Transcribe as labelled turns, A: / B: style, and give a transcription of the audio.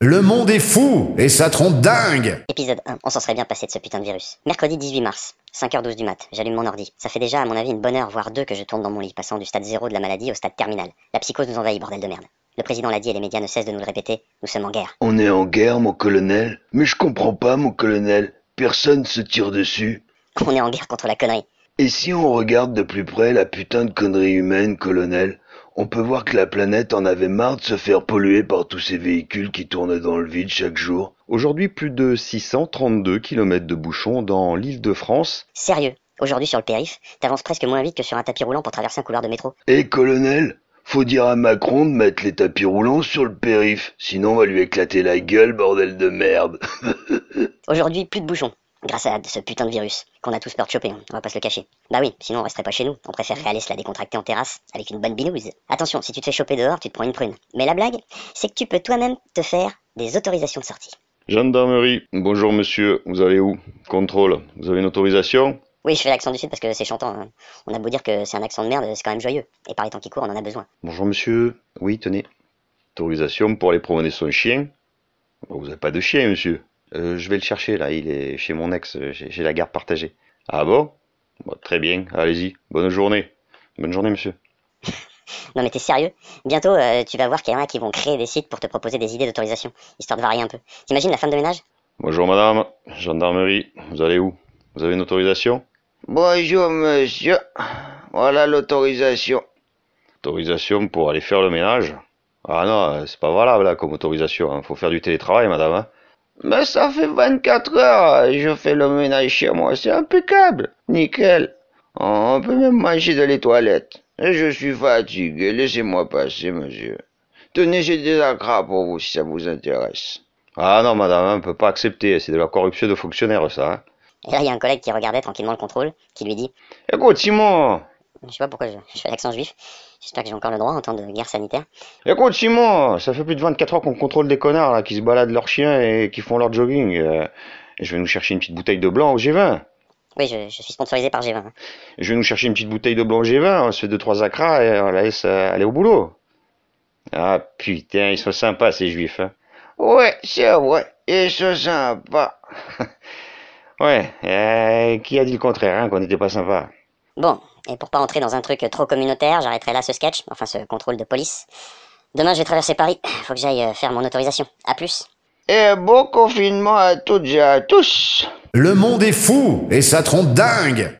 A: Le monde est fou et ça trompe dingue
B: Épisode 1, on s'en serait bien passé de ce putain de virus. Mercredi 18 mars, 5h12 du mat, j'allume mon ordi. Ça fait déjà à mon avis une bonne heure, voire deux que je tourne dans mon lit, passant du stade 0 de la maladie au stade terminal. La psychose nous envahit, bordel de merde. Le président l'a dit et les médias ne cessent de nous le répéter, nous sommes en guerre.
C: On est en guerre, mon colonel. Mais je comprends pas, mon colonel. Personne se tire dessus.
B: On est en guerre contre la connerie.
C: Et si on regarde de plus près la putain de connerie humaine, colonel, on peut voir que la planète en avait marre de se faire polluer par tous ces véhicules qui tournent dans le vide chaque jour.
D: Aujourd'hui, plus de 632 km de bouchons dans l'île de France.
B: Sérieux, aujourd'hui sur le périph, t'avances presque moins vite que sur un tapis roulant pour traverser un couloir de métro.
C: Et Eh, colonel, faut dire à Macron de mettre les tapis roulants sur le périph, sinon on va lui éclater la gueule, bordel de merde.
B: Aujourd'hui, plus de bouchons. Grâce à ce putain de virus, qu'on a tous peur de choper, hein. on va pas se le cacher. Bah oui, sinon on resterait pas chez nous, on préférerait aller se la décontracter en terrasse, avec une bonne binouse. Attention, si tu te fais choper dehors, tu te prends une prune. Mais la blague, c'est que tu peux toi-même te faire des autorisations de sortie.
D: Gendarmerie, bonjour monsieur, vous allez où Contrôle, vous avez une autorisation
B: Oui, je fais l'accent du sud parce que c'est chantant. hein. On a beau dire que c'est un accent de merde, c'est quand même joyeux. Et par les temps qui courent, on en a besoin.
D: Bonjour monsieur, oui tenez. Autorisation pour aller promener son chien Bah, Vous n'avez pas de chien monsieur. Euh, je vais le chercher là, il est chez mon ex, euh, j'ai j'ai la garde partagée. Ah bon Bah, Très bien, allez-y, bonne journée. Bonne journée monsieur.
B: Non mais t'es sérieux Bientôt, euh, tu vas voir qu'il y en a qui vont créer des sites pour te proposer des idées d'autorisation, histoire de varier un peu. T'imagines la femme de ménage
D: Bonjour madame, gendarmerie, vous allez où Vous avez une autorisation
C: Bonjour, monsieur. Voilà l'autorisation.
D: Autorisation pour aller faire le ménage Ah non, euh, c'est pas valable là comme autorisation, hein. faut faire du télétravail madame. hein.
C: Mais ça fait 24 heures, je fais le ménage chez moi, c'est impeccable. Nickel. On peut même manger dans les toilettes. Et je suis fatigué, laissez-moi passer, monsieur. Tenez, j'ai des agrafes pour vous si ça vous intéresse.
D: Ah non, madame, on peut pas accepter, c'est de la corruption de fonctionnaire, ça. hein.
B: Et là, il y a un collègue qui regardait tranquillement le contrôle, qui lui dit
D: Écoute, Simon
B: Je sais pas pourquoi je, je fais l'accent juif, j'espère que j'ai encore le droit en temps de guerre sanitaire.
D: Écoute, Simon Ça fait plus de 24 heures qu'on contrôle des connards, là, qui se baladent leurs chiens et qui font leur jogging. euh, et je vais nous chercher une petite bouteille de blanc au G20.
B: Oui, je, je suis sponsorisé par G20. hein.
D: Et Je vais nous chercher une petite bouteille de blanc au G20, on se fait deux, trois acras et on la laisse euh, aller au boulot. Ah putain, ils sont sympas, ces juifs. hein.
C: Ouais, c'est vrai, et c'est sympa.
D: Ouais, euh, qui a dit le contraire, hein, qu'on n'était pas sympas
B: Bon, et pour pas entrer dans un truc trop communautaire, j'arrêterai là ce sketch, enfin ce contrôle de police. Demain, je vais traverser Paris, faut que j'aille euh, faire mon autorisation. À plus
C: Et bon confinement à toutes et à tous.
A: Le monde est fou et ça trompe dingue